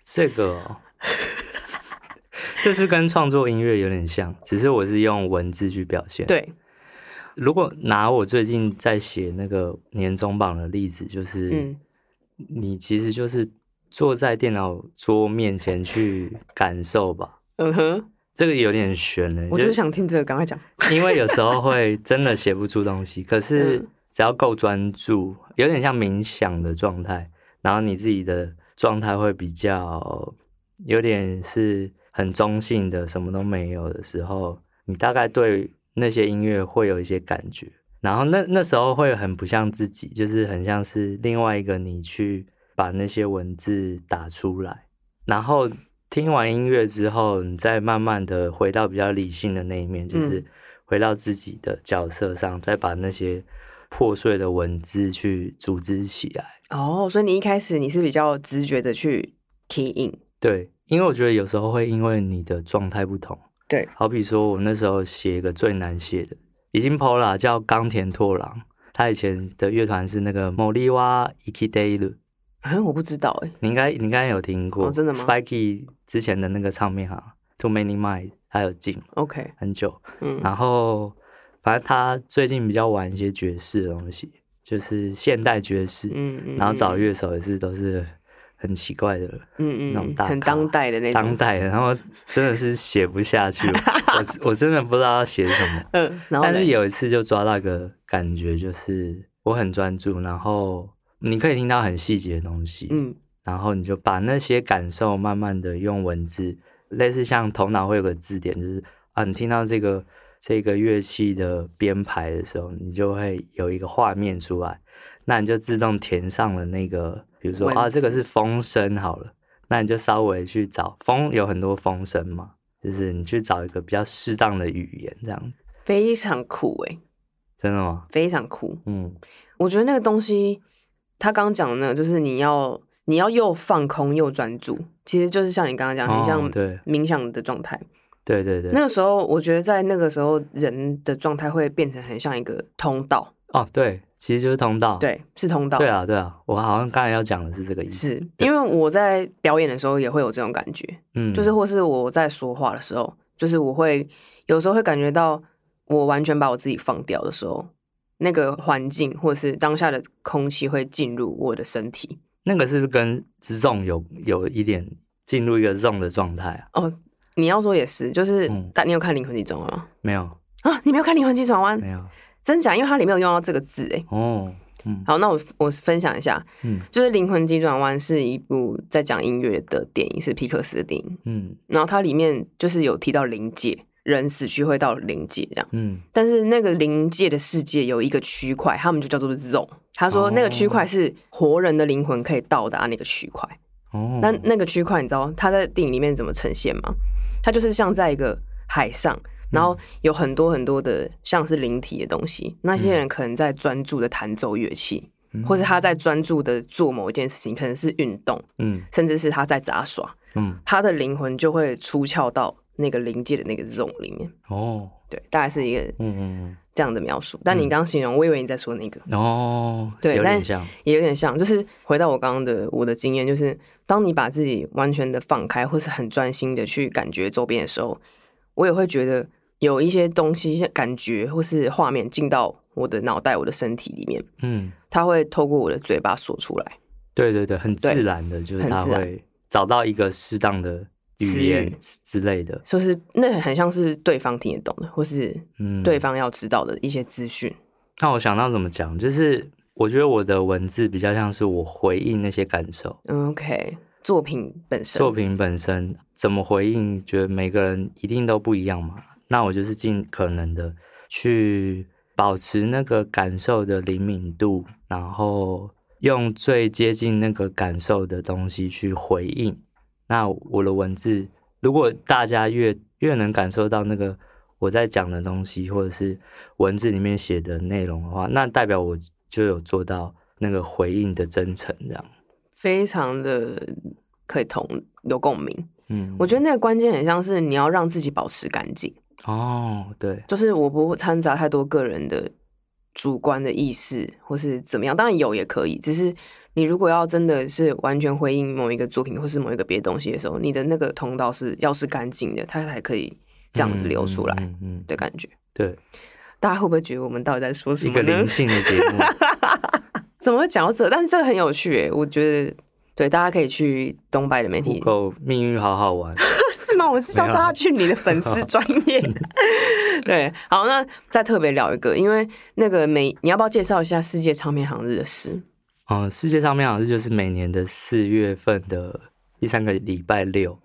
S2: 这个、哦，这是跟创作音乐有点像，只是我是用文字去表现。，
S1: 对，
S2: 如果拿我最近在写那个年终榜的例子，就是、
S1: 嗯
S2: 你其实就是坐在电脑桌面前去感受吧。
S1: 嗯哼，
S2: 这个有点悬了，
S1: 我就是想听这个，赶快讲。
S2: 因为有时候会真的写不出东西，可是
S1: 嗯
S2: 只要够专注，有点像冥想的状态，然后你自己的状态会比较有点是很中性的，什么都没有的时候，你大概对那些音乐会有一些感觉，然后那那时候会很不像自己，就是很像是另外一个你去把那些文字打出来，然后听完音乐之后，你再慢慢的回到比较理性的那一面，就是
S1: 嗯
S2: 回到自己的角色上，再把那些破碎的文字去组织起来。
S1: 哦，所以你一开始你是比较直觉的去 key in，
S2: 对，因为我觉得有时候会因为你的状态不同，
S1: 对，
S2: 好比说我那时候写一个最难写的，已经 PO 了，叫冈田拓郎，他以前的乐团是那个 Moriwa Ikideiru。
S1: 嗯，我不知道哎、
S2: 你应该你应该有听过，
S1: 哦真的吗
S2: ？Spiky 之前的那个唱片行，Too Many Mind，他有进
S1: OK，
S2: 很久。
S1: 嗯，
S2: 然后，反正他最近比较玩一些爵士的东西，就是现代爵士。
S1: 嗯嗯
S2: 然后找
S1: 嗯
S2: 乐手也是都是很奇怪的
S1: 嗯
S2: 那种大
S1: 很
S2: 咖
S1: 当代的那种，
S2: 当代的，然后真的是写不下 去，我我真的不知道要写什么。
S1: 嗯，然后
S2: 但是
S1: 嘞
S2: 有一次就抓到一个感觉，就是我很专注，然后你可以听到很细节的东西，
S1: 嗯
S2: 然后你就把那些感受慢慢的用文字，类似像头脑会有个字典，就是啊，你听到这个这个乐器的编排的时候，你就会有一个画面出来，那你就自动填上了那个，比如说
S1: 文
S2: 啊，这个
S1: 字
S2: 是风声好了，那你就稍微去找风，有很多风声嘛，就是你去找一个比较适当的语言，这样
S1: 非常酷哎、
S2: 真的吗？
S1: 非常酷。
S2: 嗯，
S1: 我觉得那个东西，他刚刚讲的那个，就是你要你要又放空又专注，其实就是像你刚刚讲，很
S2: 哦
S1: 像
S2: 对
S1: 冥想的状态。
S2: 对对对，
S1: 那个时候，我觉得在那个时候，人的状态会变成很像一个通道，
S2: 哦对，其实就是通道，
S1: 对，是通道，
S2: 对啊对啊，我好像刚才要讲的是这个意思，
S1: 是因为我在表演的时候也会有这种感觉，
S2: 嗯，
S1: 就是或是我在说话的时候，就是我会有时候会感觉到我完全把我自己放掉的时候，那个环境或者是当下的空气会进入我的身体。
S2: 那个是不是跟 zone 有有一点进入一个 zone 的状态啊？
S1: 哦，你要说也是，就是、
S2: 嗯
S1: 但你有看《灵魂急转弯》吗？
S2: 没有，
S1: 啊，你没有看《灵魂急转弯
S2: 没》？有，
S1: 真假？因为它里面有用到这个字哎。
S2: 哦，嗯
S1: 好，那我我分享一下，
S2: 嗯
S1: 就是《灵魂急转弯》是一部在讲音乐的电影，是皮克斯的电影。
S2: 嗯
S1: 然后它里面就是有提到临界，人死去会到临界这样。
S2: 嗯，
S1: 但是那个临界的世界有一个区块，他们就叫做 zone。他说那个区块是活人的灵魂可以到达那个区块。
S2: 哦，
S1: 那那个区块你知道它在电影里面怎么呈现吗？它就是像在一个海上，然后有很多很多的像是灵体的东西。那些人可能在专注的弹奏乐器，
S2: 嗯
S1: 或是他在专注的做某一件事情，可能是运动，
S2: 嗯
S1: 甚至是他在杂耍。
S2: 嗯
S1: 他的灵魂就会出窍到那个临界的那个 zone 里面。
S2: 哦
S1: 对，大概是一个
S2: 嗯
S1: 这样的描述。但你
S2: 嗯
S1: 刚刚形容，我以为你在说那个，
S2: 嗯哦，
S1: 对
S2: 有
S1: 但
S2: 点像，
S1: 也有点像，就是回到我刚刚的我的经验，就是当你把自己完全的放开，或是很专心的去感觉周边的时候，我也会觉得有一些东西、感觉或是画面进到我的脑袋、我的身体里面，
S2: 嗯，
S1: 它会透过我的嘴巴说出来。
S2: 对对对，很自然的，就是
S1: 很
S2: 他
S1: 自然
S2: 会找到一个适当的
S1: 词
S2: 语
S1: 语
S2: 言之类的，
S1: 就是那很像是对方听得懂的，或是
S2: 嗯，
S1: 对方要知道的一些资讯。
S2: 那我想到怎么讲，就是我觉得我的文字比较像是我回应那些感受，
S1: 嗯 OK，作品本身，
S2: 作品本身怎么回应，觉得每个人一定都不一样嘛。那我就是尽可能的去保持那个感受的灵敏度，然后用最接近那个感受的东西去回应。那我的文字，如果大家越越能感受到那个我在讲的东西，或者是文字里面写的内容的话，那代表我就有做到那个回应的真诚，这样。
S1: 非常的可以同有共鸣。
S2: 嗯，
S1: 我觉得那个关键很像是你要让自己保持干净，
S2: 哦，对，
S1: 就是我不会掺杂太多个人的主观的意识或是怎么样，当然有也可以，只是。你如果要真的是完全回应某一个作品或是某一个别的东西的时候，你的那个通道是要是干净的，它才可以这样子流出来
S2: 嗯嗯嗯
S1: 的感觉。
S2: 对，
S1: 大家会不会觉得我们到底在说什
S2: 一
S1: 么
S2: 个
S1: 呢
S2: 灵？性的节目，
S1: 怎么会讲到这？但是这个很有趣诶，我觉得对，大家可以去东北的 媒体
S2: 不，够命运好好玩。
S1: 是吗？我是叫
S2: 没有
S1: 大家去你的粉丝专业。
S2: 啊
S1: 对，好，那再特别聊一个，因为那个美，你要不要介绍一下世界唱片行日的事？
S2: 嗯，世界上面好像就是每年的四月份的第三个礼拜六，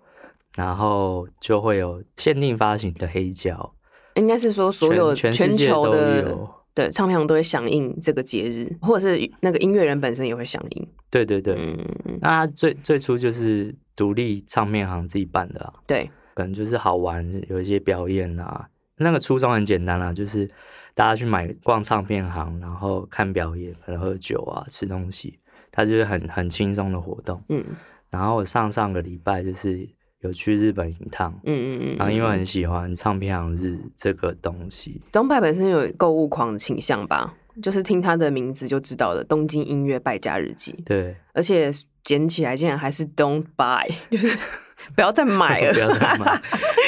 S2: 然后就会有限定发行的黑胶，
S1: 应该是说所有
S2: 全全世界
S1: 球
S2: 都
S1: 的
S2: 有。
S1: 对唱片行都会响应这个节日，或者是那个音乐人本身也会响应。
S2: 对对对，
S1: 嗯，
S2: 那它最最初就是独立唱片行自己办的啊，
S1: 对，
S2: 可能就是好玩，有一些表演啊。那个初衷很简单啦、就是大家去买逛唱片行，然后看表演，可能喝酒啊，吃东西，它就是很很轻松的活动。
S1: 嗯
S2: 然后我上上个礼拜就是有去日本一趟，
S1: 嗯嗯嗯。
S2: 然后啊因为
S1: 嗯
S2: 很喜欢唱片行日这个东西，
S1: 东派本身有购物狂的倾向吧，就是听他的名字就知道了，《东京音乐败家日记》，
S2: 对，
S1: 而且捡起来竟然还是 Don't buy，就是 不要再买
S2: 不
S1: 了。
S2: 要再买，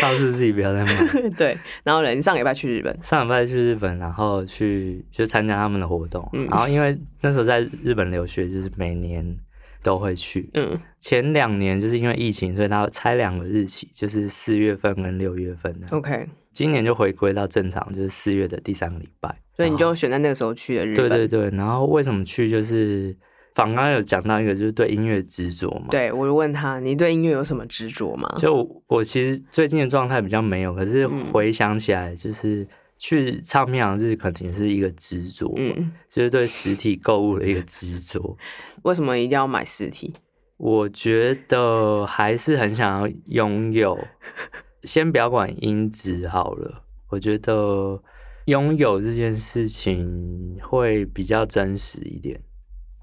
S2: 告诉自己不要再买。
S1: 对，然后人上礼拜去日本，
S2: 上礼拜去日本，然后去就参加他们的活动，
S1: 嗯
S2: 然后因为那时候在日本留学，就是每年都会去。
S1: 嗯
S2: 前两年就是因为疫情，所以他拆两个日期，就是四月份跟六月份的。
S1: ，OK，
S2: 今年就回归到正常，就是四月的第三个礼拜。
S1: 所以你
S2: 然后
S1: 就选在那个时候去的日
S2: 哦对
S1: 本，
S2: 对对，然后为什么去就是，仿刚刚有讲到一个就是对音乐执着嘛。，
S1: 对我就问他，你对音乐有什么执着吗？
S2: 就我我其实最近的状态比较没有，可是
S1: 嗯
S2: 回想起来，就是去唱片行日肯定是一个执着，
S1: 嗯，
S2: 就是对实体购物的一个执着。
S1: 为什么一定要买实体？
S2: 我觉得还是很想要拥有，先不要管音质好了，我觉得拥有这件事情会比较真实一点。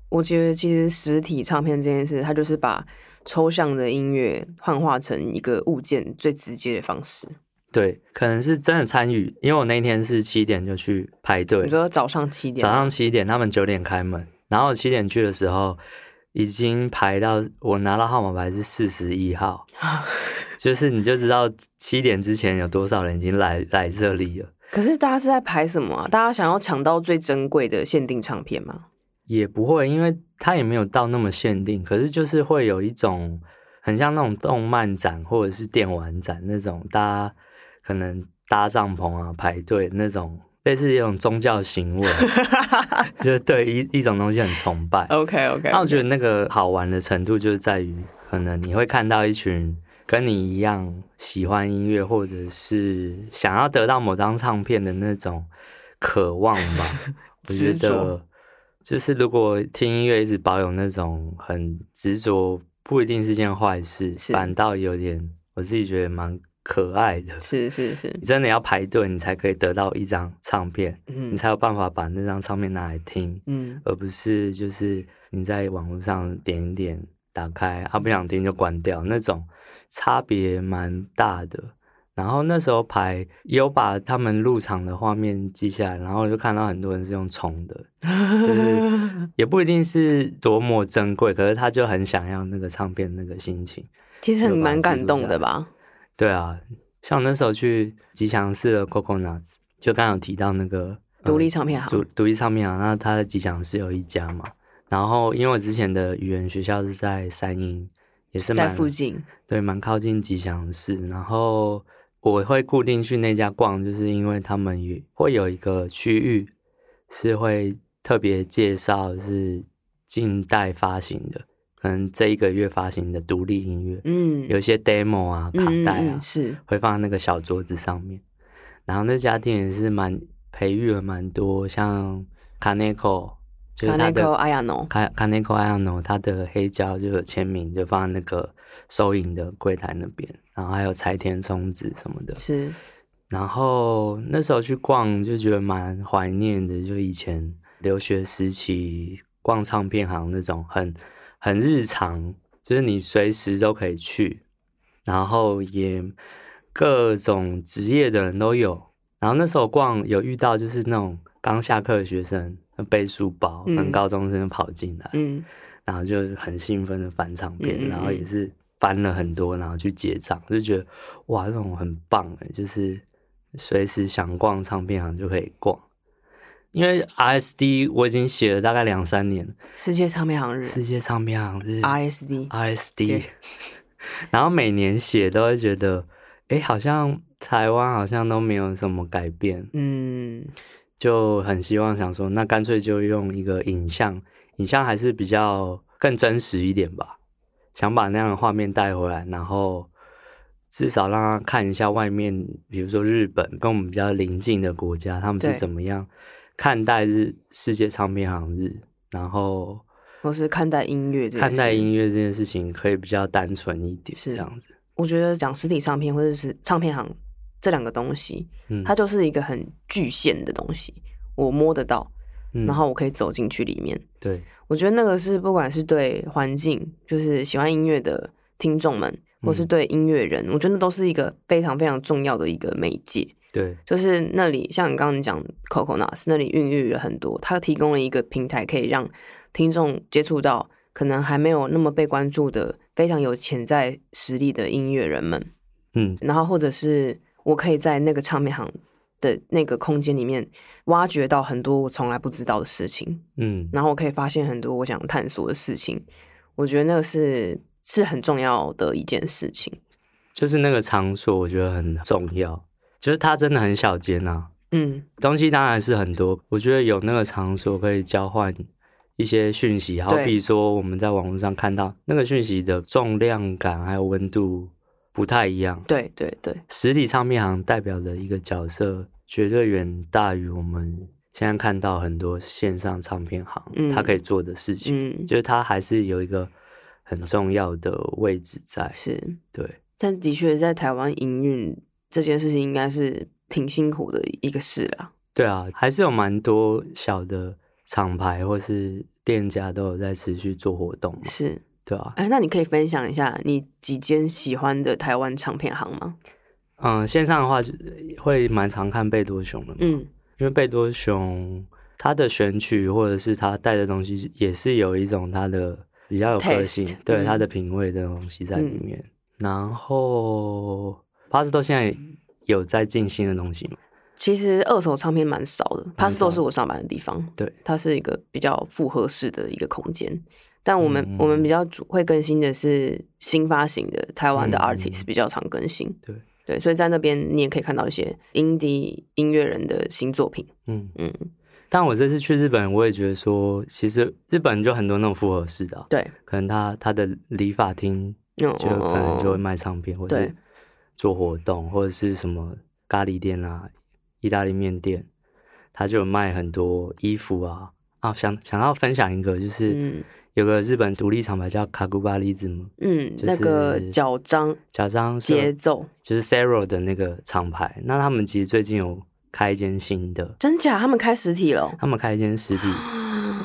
S1: 我觉得其实实体唱片这件事，它就是把抽象的音乐幻化成一个物件最直接的方式。
S2: 对，可能是真的参与，因为我那天是七点就去排队
S1: 你，说早上七点
S2: 早
S1: 吗，
S2: 上七点，他们九点开门，然后七点去的时候已经排到我拿到号码牌是四十一号，
S1: 啊
S2: 就是你就知道七点之前有多少人已经来来这里了，
S1: 可是大家是在排什么啊？大家想要抢到最珍贵的限定唱片吗？
S2: 也不会，因为他也没有到那么限定，可是就是会有一种很像那种动漫展或者是电玩展那种，大家可能搭帐篷啊排队那种。类似一种宗教行为，就是对一一种东西很崇拜。
S1: OK OK，
S2: 那我觉得那个好玩的程度就是在于，可能你会看到一群跟你一样喜欢音乐，或者是想要得到某张唱片的那种渴望 吧。我觉
S1: 执着
S2: 得，就是如果听音乐一直保有那种很执着，不一定是件坏事，
S1: 是
S2: 反倒有点我自己觉得蛮可爱的。
S1: 是是是
S2: 你，真的要排队，你才可以得到一张唱片，你
S1: 嗯
S2: 才有办法把那张唱片拿来听。
S1: 嗯，
S2: 而不是就是你在网络上点一点打开啊，
S1: 嗯
S2: 不想听就关掉那种，差别蛮大的。然后那时候排也有把他们入场的画面记下来，然后就看到很多人是用冲的，就是也不一定是多么珍贵，可是他就很想要那个唱片那个心情。
S1: 其实很
S2: 有把它
S1: 蛮
S2: 记
S1: 感
S2: 录
S1: 动
S2: 下
S1: 的
S2: 来嗯
S1: 吧？
S2: 对啊，像那时候去吉祥寺的 Coconuts，就刚刚有提到那个
S1: 独立唱片行
S2: 独独立唱片行，啊那它的吉祥是有一家嘛。然后因为我之前的语言学校是在三鹰，也是
S1: 在
S2: 蛮
S1: 附近，
S2: 对，蛮靠近吉祥寺。然后我会固定去那家逛，就是因为他们也会有一个区域是会特别介绍是近代发行的，可能这一个月发行的独立音乐，
S1: 嗯，
S2: 有一些 demo 啊、卡
S1: 嗯嗯
S2: 带啊
S1: 嗯，，是
S2: 会放在那个小桌子上面。然后那家店也是蛮培育了蛮多像 Kaneko，就是他
S1: Kaneko
S2: 的
S1: Ayano，
S2: 卡 Kaneko Ayano，他的黑胶就有签名，就放在那个收银的柜台那边。然后还有柴田聪子什么的。
S1: 是
S2: 然后那时候去逛就觉得蛮怀念的，就以前留学时期逛唱片行那种很很日常，就是你随时都可以去，然后也各种职业的人都有。然后那时候逛有遇到就是那种刚下课的学生背书包，
S1: 嗯
S2: 跟高中生跑进来，
S1: 嗯
S2: 然后就很兴奋的翻唱片，
S1: 嗯嗯嗯
S2: 然后也是翻了很多，然后去结账，就觉得哇，这种很棒哎，就是随时想逛唱片行就可以逛。因为 RSD 我已经写了大概两三年了，
S1: 世界唱片行日
S2: 世界唱片行是
S1: 哎
S2: 啊
S1: RSD，
S2: RSD，
S1: 对
S2: 然后每年写都会觉得，哎，好像台湾好像都没有什么改变，
S1: 嗯
S2: 就很希望想说，那干脆就用一个影像，影像还是比较更真实一点吧，想把那样的画面带回来，然后至少让他看一下外面，比如说日本跟我们比较邻近的国家，他们是
S1: 对
S2: 怎么样看待日世界唱片行日，然后
S1: 或是看待音乐这件
S2: 看待
S1: 事
S2: 音乐这件事情可以比较单纯一点，
S1: 是
S2: 这样子，
S1: 我觉得讲实体唱片或者是唱片行这两个东西，
S2: 嗯，
S1: 它就是一个很具现的东西，我摸得到，
S2: 嗯
S1: 然后我可以走进去里面。
S2: 对，
S1: 我觉得那个是不管是对环境，就是喜欢音乐的听众们，或是
S2: 嗯
S1: 对音乐人，我觉得那都是一个非常非常重要的一个媒介。
S2: 对，
S1: 就是那里，像你刚刚讲 Coco Nas，那里孕育了很多，它提供了一个平台，可以让听众接触到可能还没有那么被关注的、非常有潜在实力的音乐人们。
S2: 嗯，
S1: 然后，或者是我可以在那个唱片行的那个空间里面，挖掘到很多我从来不知道的事情，
S2: 嗯，
S1: 然后我可以发现很多我想探索的事情。我觉得那个是是很重要的一件事情。
S2: 就是那个场所，我觉得很重要，就是它真的很小间啊，
S1: 嗯，
S2: 东西当然是很多，我觉得有那个场所可以交换一些讯息，好比说我们在网络上看到那个讯息的重量感还有温度不太一样。
S1: 对对对，
S2: 实体唱片行代表的一个角色，绝对远大于我们现在看到很多线上唱片行、
S1: 嗯
S2: 它可以做的事情，
S1: 嗯，
S2: 就是它还是有一个很重要的位置在。
S1: 是。
S2: 对，
S1: 但的确，在台湾营运这件事情，应该是挺辛苦的一个事啦。
S2: 对啊，还是有蛮多小的厂牌或是店家都有在持续做活动嘛，
S1: 是，
S2: 对啊。
S1: 哎，那你可以分享一下你几间喜欢的台湾唱片行吗？
S2: 嗯，线上的话就会蛮常看贝多熊的，嗯，
S1: 嗯，
S2: 因为贝多熊他的选曲或者是他带的东西，也是有一种他的比较有个
S1: Taste，
S2: 性，对
S1: 嗯
S2: 他的品味的东西在里面。然后巴斯豆现在有在进新的东西嘛？
S1: 其实二手唱片蛮少的帕斯
S2: 少
S1: 豆
S2: 的
S1: 是我上班的地方，
S2: 对，
S1: 它是一个比较复合式的一个空间。但我们、
S2: 嗯
S1: 我们比较主会更新的是新发行的台湾的
S2: 嗯
S1: artist 比较常更新，
S2: 对
S1: 对，所以在那边你也可以看到一些 indie 音乐人的新作品，
S2: 嗯。
S1: 嗯，
S2: 但我这次去日本，我也觉得说，其实日本就很多那种复合式的啊、
S1: 对，嗯
S2: 可能他他的理发厅
S1: 就
S2: 就可
S1: 哦
S2: 能就会卖唱片，或
S1: 对
S2: 是做活动，或者是什么咖喱店啊、意大利面店，他就有卖很多衣服啊。啊，想想要分享一个，就是
S1: 嗯
S2: 有个日本独立厂牌叫卡古巴利兹姆，
S1: 嗯，
S2: 就
S1: 那个
S2: 是
S1: 脚章
S2: 假装
S1: 节
S2: 是
S1: 奏，
S2: 就是 Sero 的那个厂牌。那他们其实最近有开一间新的，
S1: 真假？他们开实体了
S2: 他们开一间实体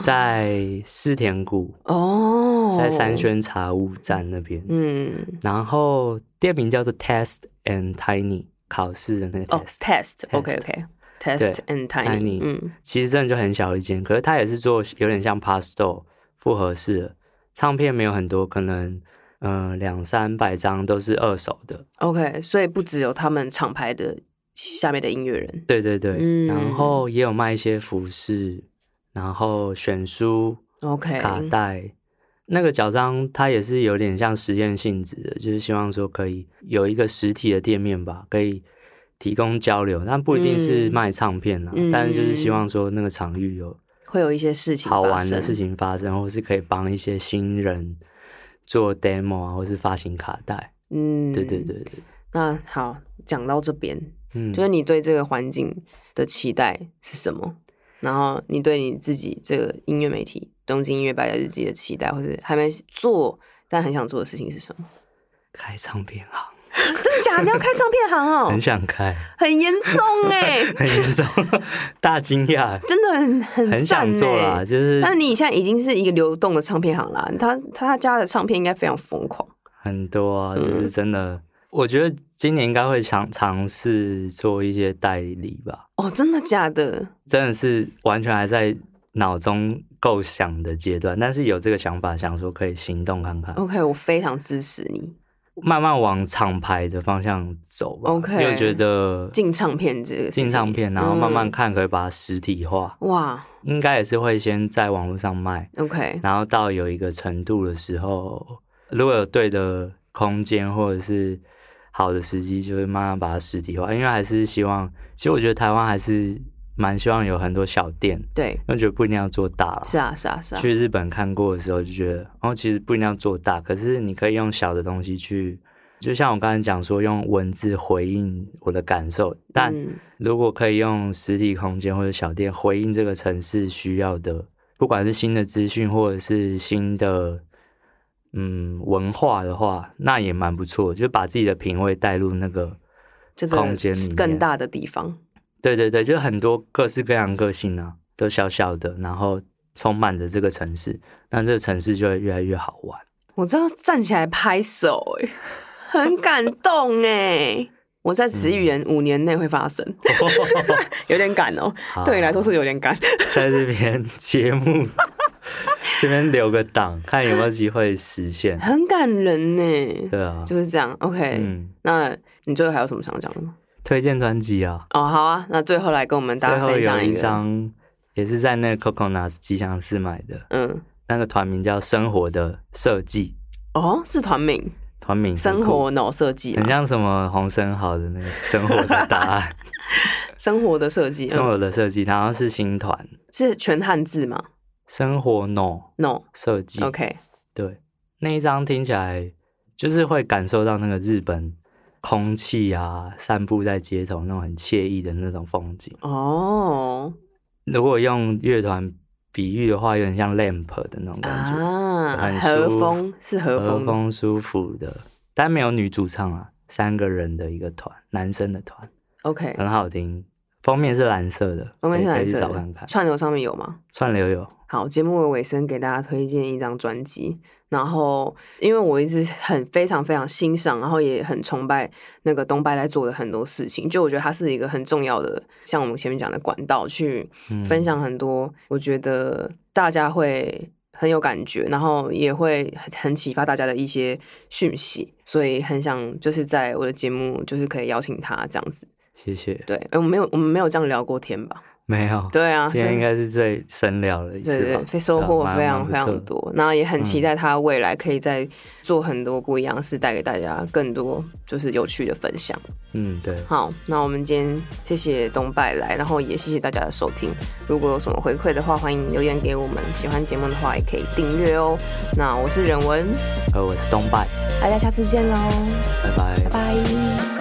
S2: 在世田谷，
S1: 哦，
S2: 在三，轩茶屋站那边。
S1: 嗯，
S2: 然后店名叫做 Test and Tiny，考试的那个 Test，、
S1: 哦，test，OK OK，test and tiny，
S2: tiny
S1: 嗯
S2: 其实真的就很小一间，可是它也是做有点像 Pastel 复合式的唱片，没有很多，可能呃嗯两三百张都是二手的，
S1: ，OK，所以不只有他们厂牌的下面的音乐人。
S2: 对对对，
S1: 嗯
S2: 然后也有卖一些服饰，然后选书、
S1: OK，
S2: 卡带。那个脚章它也是有点像实验性质的，就是希望说可以有一个实体的店面吧，可以提供交流，但不一定是
S1: 嗯
S2: 卖唱片啦，啊
S1: 嗯
S2: 但是就是希望说那个场域有
S1: 会有一些事情
S2: 好
S1: 发
S2: 玩的
S1: 生
S2: 事情发生，或是可以帮一些新人做 demo 啊，或是发行卡带。
S1: 嗯，
S2: 对对。对对，
S1: 那好，讲到这边，
S2: 嗯，
S1: 就是你对这个环境的期待是什么？然后你对你自己这个音乐媒体《东京音乐百家日记》的期待，或者还没做但很想做的事情是 什么？
S2: 开唱片行，
S1: 真假？你要开唱片行哦
S2: 很，想开，
S1: 很严重哎、
S2: 很严重， 大惊讶，
S1: 真的很很、欸、
S2: 很想做啦，就是
S1: 但是你现在已经是一个流动的唱片行啦，他他家的唱片应该非常疯狂。
S2: 很多啊，
S1: 嗯
S2: 就是真的，我觉得今年应该会尝尝试做一些代理吧，
S1: 哦，真的假的？
S2: 真的是完全还在脑中构想的阶段，但是有这个想法，想说可以行动看看。
S1: OK，我非常支持你
S2: 慢慢往厂牌的方向走吧。
S1: OK
S2: 又觉得
S1: 进唱片这个事情
S2: 进唱片，然后慢慢
S1: 嗯
S2: 看可以把它实体化，
S1: 哇
S2: 应该也是会先在网络上卖，
S1: ，OK，
S2: 然后到有一个程度的时候，如果有对的空间或者是好的时机，就会慢慢把它实体化。因为还是希望，其实我觉得台湾还是蛮希望有很多小店，
S1: 对，
S2: 因为觉得不一定要做大了。
S1: 是啊，是啊，是啊，
S2: 去日本看过的时候，就觉得哦，其实不一定要做大，可是你可以用小的东西去，就像我刚才讲说，用文字回应我的感受。但
S1: 嗯
S2: 如果可以用实体空间或者小店回应这个城市需要的，不管是新的资讯或者是新的嗯文化的话，那也蛮不错，就把自己的品味带入那个
S1: 这个
S2: 空间里面。
S1: 更大的地方，
S2: 对对对，就很多各式各样个性啊，都小小的，然后充满着这个城市，那这个城市就会越来越好玩。
S1: 我知道站起来拍手、欸， 很感动哎、我在词语
S2: 嗯
S1: 言五年内会发生， 有点赶哦、
S2: 好
S1: 对你来说是有点 赶。
S2: 在这边节目 这边留个档，看有没有机会实现。
S1: 很感人呢、
S2: 对啊，
S1: 就是这样。OK，、
S2: 嗯，
S1: 那你最后还有什么想讲的吗？
S2: 推荐专辑啊，
S1: 哦，好啊，那最后来跟我们大
S2: 最
S1: 家
S2: 后
S1: 分
S2: 有
S1: 享
S2: 一
S1: 个，
S2: 张也是在那个 Coconuts 吉祥寺买的，
S1: 嗯，
S2: 那个团名叫《生活的设计
S1: 哦，是团名，》，
S2: 团名很
S1: 生
S2: 酷
S1: 活脑设计
S2: 很
S1: 嘛，
S2: 像什么洪生豪的那个生活的答 案，
S1: 生活的设计，
S2: 生
S1: 嗯、
S2: 活的设计，然后是新团，
S1: 是全汉字吗
S2: 生活 no
S1: ？No，OK，、
S2: 设计，对那一张听起来就是会感受到那个日本空气啊，散步在街头那种很惬意的那种风景。
S1: 哦，
S2: 如果用乐团比喻的话，有点像 lamp 的那种感觉，
S1: 啊，
S2: 很
S1: 和
S2: 舒服
S1: 风是和风，
S2: 风舒服的，但没有女主唱啊，三个人的一个团，男生的团，
S1: OK，
S2: 很好听。封面是蓝色的，
S1: 我们是
S2: 呃可
S1: 蓝
S2: 以可以去
S1: 色
S2: 找看
S1: 的
S2: 看。
S1: 串流上面有吗？
S2: 串流有，
S1: 好，节目的尾声给大家推荐一张专辑，然后因为我一直很非常非常欣赏，然后也很崇拜那个东拜来做的很多事情，就我觉得它是一个很重要的，像我们前面讲的管道去
S2: 嗯
S1: 分享很多，我觉得大家会很有感觉，然后也会很很启发大家的一些讯息，所以很想就是在我的节目就是可以邀请他这样子，
S2: 谢谢。
S1: 对，哎、我们没有我们没有这样聊过天吧？
S2: 没有，
S1: 对啊，
S2: 今天
S1: 真
S2: 应
S1: 的
S2: 该是最深聊的一次吧，嗯啊
S1: 对对，非收获
S2: 蛮
S1: 非常非。
S2: 蛮
S1: 常
S2: 不错的
S1: 多，那也很期
S2: 嗯
S1: 待他未来可以再做很多不一样的事，带给大家更多就是有趣的分享。
S2: 嗯，对，
S1: 好，那我们今天谢谢东拜来，然后也谢谢大家的收听。如果有什么回馈的话，欢迎留言给我们。喜欢节目的话，也可以订阅哦。那我是任文，
S2: 呃，我是东拜，
S1: 大家下次见喽，哦
S2: 拜
S1: 拜
S2: 拜
S1: 拜。